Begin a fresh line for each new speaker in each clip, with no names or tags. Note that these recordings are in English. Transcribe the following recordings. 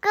哥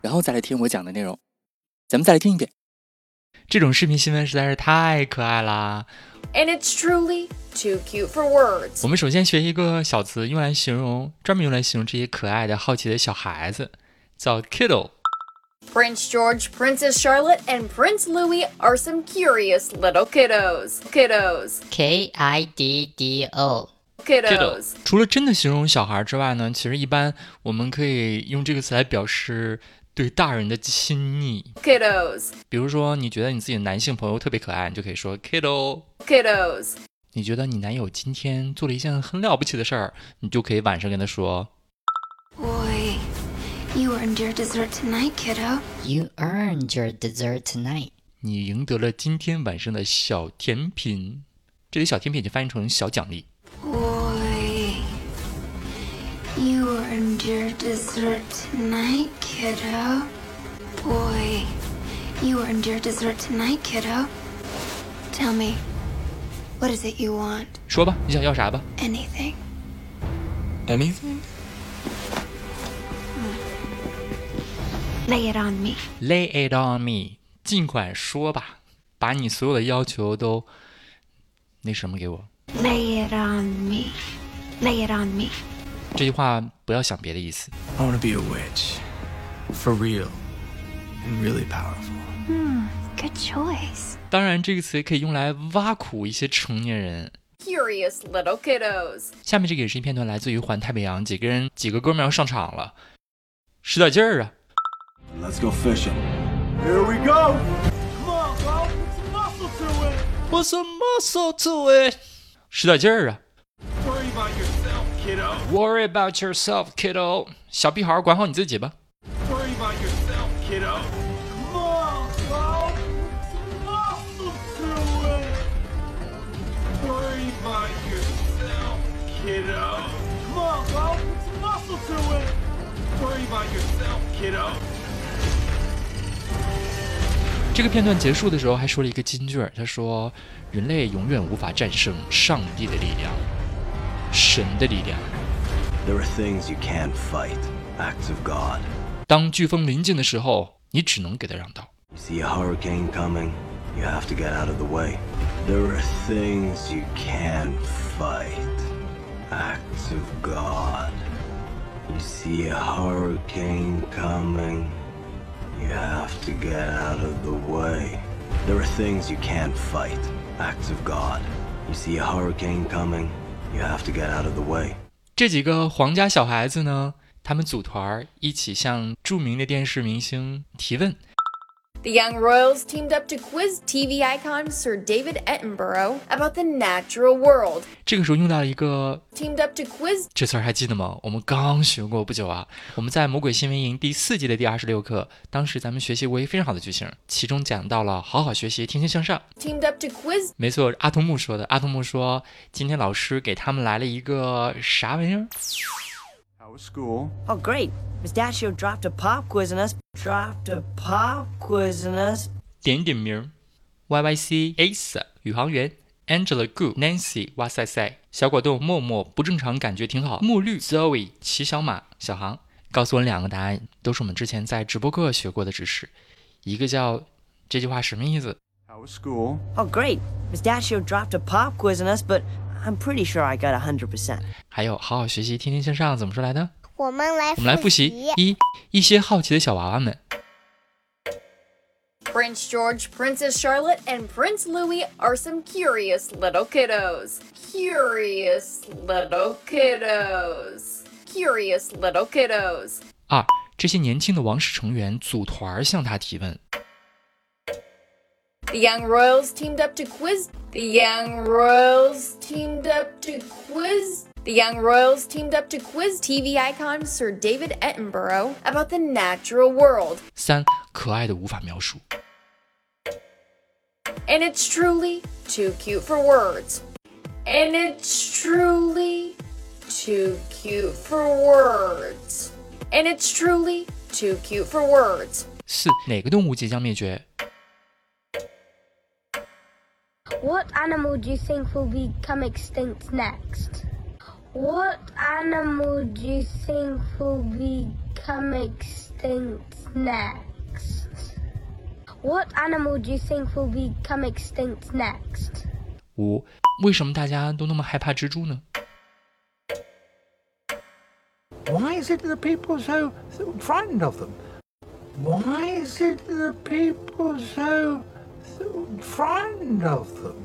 然后再来听我讲的内容。咱们再来听一遍。这种视频新闻实在是太可爱啦！
and it's truly too cute for words.
我们首先学一个小词，用来形容，专门用来形容这些可爱的、好奇的小孩子，叫 kiddo。
Prince George, Princess Charlotte, and Prince Louis are some curious little kiddos. Kiddos.
K I D D O.
Kiddos.
除了真的形容小孩之外呢，其实一般我们可以用这个词来表示对大人的亲昵。
Kiddos.
比如说，你觉得你自己的男性朋友特别可爱，你就可以说 kiddo。
Kiddos.
你觉得你男友今天做了一件很了不起的事儿，你就可以晚上跟他说
Boy, you earned your dessert tonight, kiddo.
You earned your dessert tonight.
你赢得了今天晚上的小甜品。这里小甜品就翻译成小奖励。
Boy, you earned your dessert tonight, kiddo. Boy, you earned your dessert tonight, kiddo. Tell me, what is it you want?
说吧，你想要啥吧
Anything.
？Anything。
Lay it on me.
Lay it on me，尽管说吧，把你所有的要求都那什么给我。
Lay it on me. Lay it on me.
这句话不要想别的意思。
I want to be a witch. For real. And really powerful.
Good choice.
当然，这个词也可以用来挖苦一些成年人。
Curious little kiddos.
下面这个也是一片段，来自于《环太平洋》，几个人几个哥们儿要上场了，使点劲儿啊！
Let's go fishing. Here we go.
我什么时候做哎？使点劲儿啊
Worry about yourself, kiddo.
！Worry about yourself, kiddo。小屁孩儿，管好你自己吧。
Worry about yourself, kiddo. Come on, bro. It's muscle to it. Worry about yourself, kiddo. Come on, bro. It's muscle to it. Worry about yourself, kiddo.
这个片段结束的时候还说了一个金句儿，他说：“人类永远无法战胜上帝的力量，神的力量。
There are things you can't fight, acts of God.
当飓风临近的时候，你只能给他让道。
You see a hurricane coming, you have to get out of the way. There are things you can't fight, acts of God. You see a hurricane coming, you have to get out of the way. There are things you can't fight, acts of God. You see a hurricane coming, you have to get out of the way. ”
这几个皇家小孩子呢，他们组团儿一起向著名的电视明星提问。
The young royals teamed up to quiz TV icon Sir David Attenborough about the natural world.
这个时候用到了一个
Teamed up to quiz
这词儿还记得吗？我们刚学过不久啊。我们在《魔鬼新闻营》第四季的第二十六课，当时咱们学习过一个非常好的句型，其中讲到了好好学习，天天向上。
teamed up to quiz
没错，阿童木说的。阿童木说，今天老师给他们来了一个啥玩意儿？
How was school?
Oh, great. Pistachio dropped a pop quiz on us. Dropped a pop quiz on us.
点点名，Y Y C Asa 宇航员，Angela Gu Nancy 哇塞塞，小果冻默默不正常感觉挺好，墨绿 Zoe 骑小马小航，告诉我两个答案，都是我们之前在直播课学过的知识，一个叫这句话什么意思？
How was school?
Oh, great. Pistachio dropped a pop quiz on us, but I'm pretty sure I got 100%.
还有好好学习，天天向上怎么说来的？
我们来
我们来复习一一些好奇的小娃娃们，
Prince George, Princess Charlotte, and Prince Louis are some curious little kiddos. Curious little kiddos. Curious little kiddos.
二这些年轻的王室成员组团儿向他提问。
The young royals teamed up to quiz. The young royals teamed up to quiz. The young royals teamed up to quiz TV icon Sir David Attenborough about the natural world.
三，可爱的无法描述。
And it's truly too cute for words. And it's truly too cute for words. And it's truly too cute for words.
四，哪个动物即将灭绝？
What animal do you think will become extinct next? What animal do you think will become extinct next? What animal do you think will become extinct next?
五，为什么大家都那么害怕蜘蛛呢？
Why is it that people are so, so frightened of them? Why is it that people are so, so frightened of them?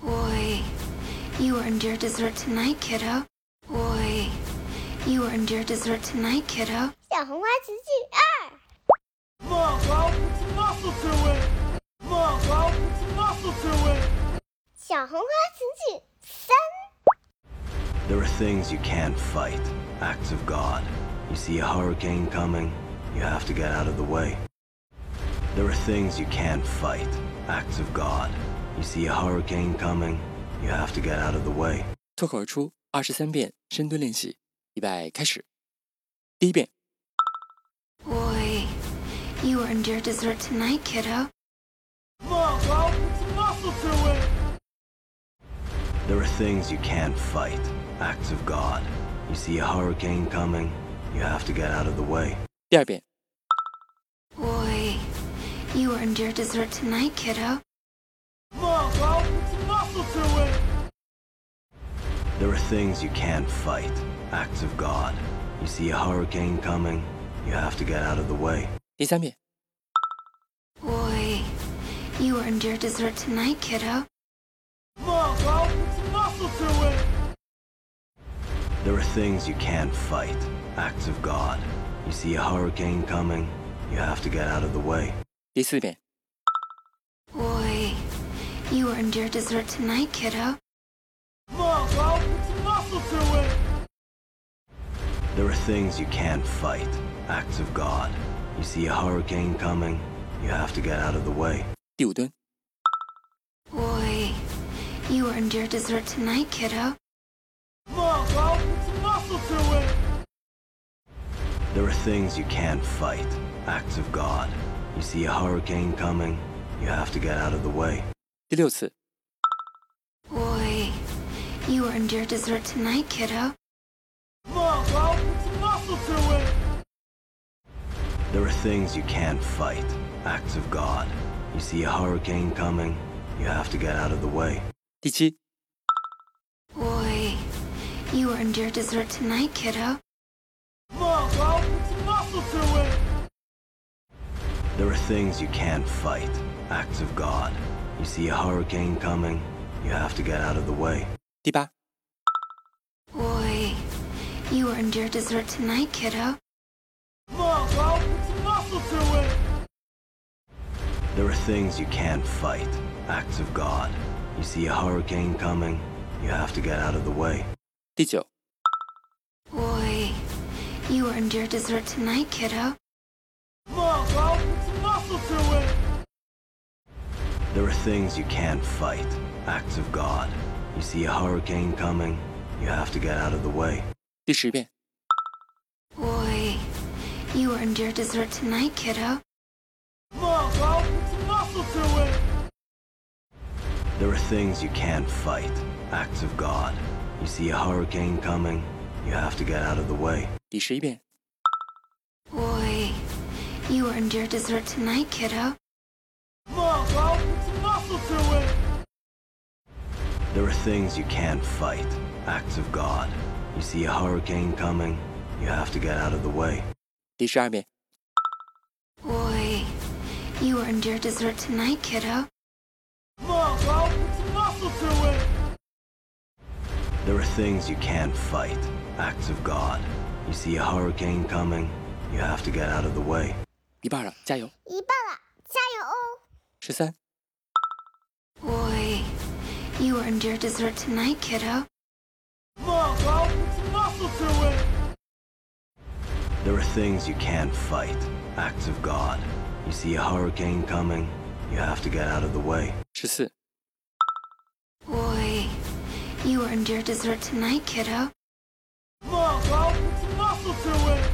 Boy, you earned your dessert tonight, kiddo. Boy, you earned your dessert tonight, kiddo.
小红花词句二，
Come on, bro, put some muscle to it. Come on, bro, put some muscle to it.
小红花词句三，
There are things you can't fight. Acts of God. You see a hurricane coming, you have to get out of the way. There are things you can't fight. Acts of God. You see a hurricane coming, you have to get out of the way.
脱口而出二十三遍深蹲练习，预备开始。第一遍，
Boy, you earned your dessert tonight, kiddo.
Come on, bro, put some muscle to it.
There are things you can't fight. Acts of God. You see a hurricane coming, you have to get out of the way.
第二遍，
Boy, you earned your dessert tonight, kiddo.
Come on, bro, put some muscle to it.
There are things you can't fight. Acts of God. You see a hurricane coming, you have to get out of the way.
第三遍，
Boy, you earned your dessert tonight, kiddo.
Come on, bro, put some muscle to it.
There are things you can't fight. Acts of God. You see a hurricane coming, you have to get out of the way.
第四遍，
Boy, you earned your dessert tonight, kiddo.
Come on, bro, put some muscle to it.
There are things you can't fight. Acts of God. You see a hurricane coming, you have to get out of the way.
第五蹲，
Boy, you earned your dessert tonight, kiddo.
Come on, bro, put some muscle to it.
There are things you can't fight. Acts of God. You see a hurricane coming, you have to get out of the way.
第六次，
Boy, you earned your dessert tonight, kiddo.
Come on, bro, put some muscle to it.
There are things you can't fight. Acts of God. You see a hurricane coming, you have to get out of the way.
第七，
Boy, you earned your dessert tonight, kiddo.
Come on, bro, put some muscle to it.
There are things you can't fight. Acts of God. You see a hurricane coming, you have to get out of the way.
第八，
Boy, you earned your dessert tonight, kiddo.
Come on, bro, put some muscle to it.
There are things you can't fight. Acts of God. You see a hurricane coming, you have to get out of the way.
第九，
Boy, you earned your dessert tonight, kiddo.
Come on, bro, put some muscle to it.
There are things you can't fight. Acts of God. You see a hurricane coming, you have to get out of the way.
第十遍，
Boy, you earned your dessert tonight, kiddo.
Come on, bro, put some muscle to it.
There are things you can't fight. Acts of God. You see a hurricane coming, you have to get out of the way.
第十一遍，
Boy, you earned your dessert tonight, kiddo.
Come on, bro, put some muscle to it.
There are things you can't fight. Acts of God. You see a hurricane coming, you have to get out of the way.
第十二遍，
Boy, You earned your dessert tonight, kiddo.
Come on, bro. Put some muscle to it.
There are things you can't fight. Acts of God. You see a hurricane coming, you have to get out of the way.
一半了，加油！
一半了，加油哦！
十三、
Boy, you earned your dessert tonight, kiddo.
Come on, bro. Put some muscle to it.
There are things you can't fight. Acts of God. You see a hurricane coming, you have to get out of the way.
十四、
Boy, you earned your dessert tonight, kiddo.
Come on, bro. Put some muscle to it.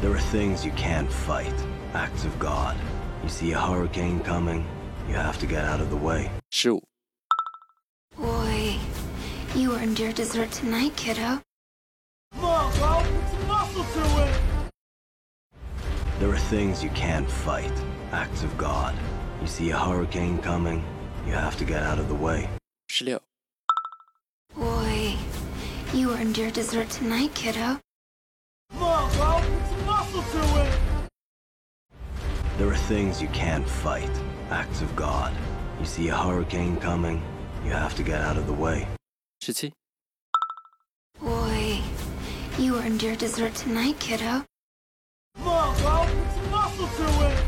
There are things you can't fight. Acts of God. You see a hurricane coming, you have to get out of the way.
十五、
Boy, you earned your dessert tonight, kiddo.
Come on, bro. Put some muscle to it.
There are things you can't fight. Acts of God. You see a hurricane coming, you have to get out of the way.
十六、
Boy, you earned your dessert tonight, kiddo.
Come on, bro. Put some muscle to it.
There are things you can't fight. Acts of God. You see a hurricane coming, you have to get out of the way.
十七、
Boy, you earned your dessert tonight, kiddo.
Come on, bro. Put some muscle to it.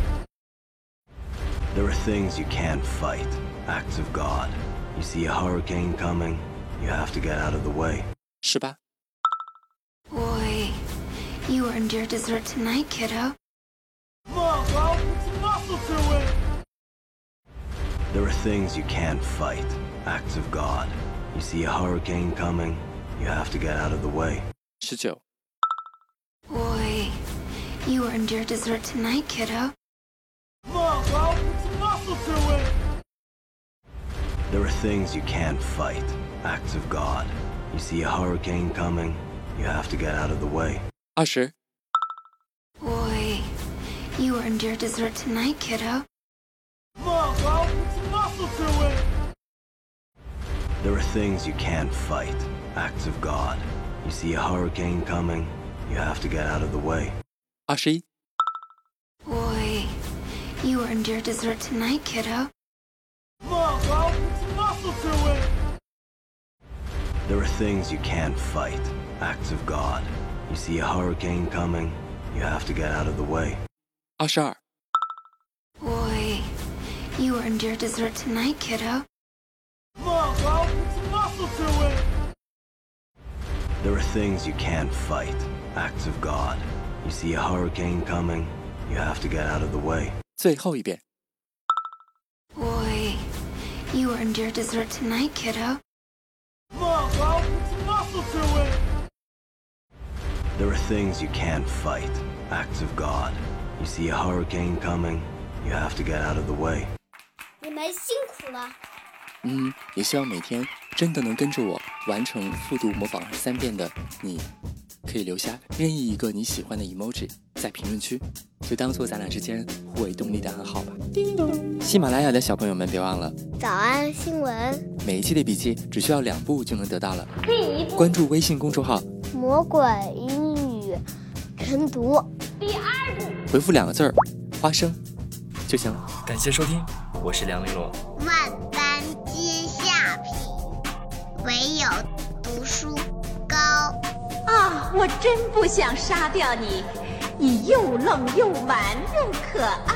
There are things you can't fight. Acts of God. You see a hurricane coming, you have to get out of the way.
十八、
Boy, you earned your dessert tonight, kiddo.
Come on, bro. Put some muscle to it.
There are things you can't fight. Acts of God. You see a hurricane coming, you have to get out of the way.
十九、
Boy, you earned your dessert tonight, kiddo.
Come on, bro. Put some muscle to it.
There are things you can't fight. Acts of God. You see a hurricane coming, you have to get out of the way.
二十、
Boy, you earned your dessert tonight, kiddo.
Come on, bro. Put some muscle to it.
There are things you can't fight. Acts of God. You see a hurricane coming, you have to get out of the way.
二十一、
Boy, you earned your dessert tonight, kiddo.
Come on, bro. Put some muscle to it.
There are things you can't fight. Acts of God. You see a hurricane coming, you have to get out of the way.
二十二、
Boy, you earned your dessert tonight, kiddo.
Come on, bro. Put some muscle to it.
There are things you can't fight. Acts of God. You see a hurricane coming, you have to get out of the way.
最后一遍。
Boy, you earned your dessert tonight, kiddo.
Come on, bro. Put some muscle to it.
There are things you can't fight. Acts of God. You see a hurricane coming, you have to get out of the way.
你们辛苦了，
嗯，也希望每天真的能跟着我完成复读模仿二十三遍的你，可以留下任意一个你喜欢的 emoji 在评论区，就当做咱俩之间互为动力的暗号吧。
叮咚！
喜马拉雅的小朋友们，别忘了
早安新闻，
每一期的笔记只需要两步就能得到了。
第一步
关注微信公众号，
魔鬼英语晨读。
回复两个字儿“花生”就行了。感谢收听，我是梁丽罗。
万般皆下品，唯有读书高。
啊，我真不想杀掉你，你又愣又蛮又可爱，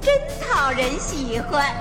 真讨人喜欢。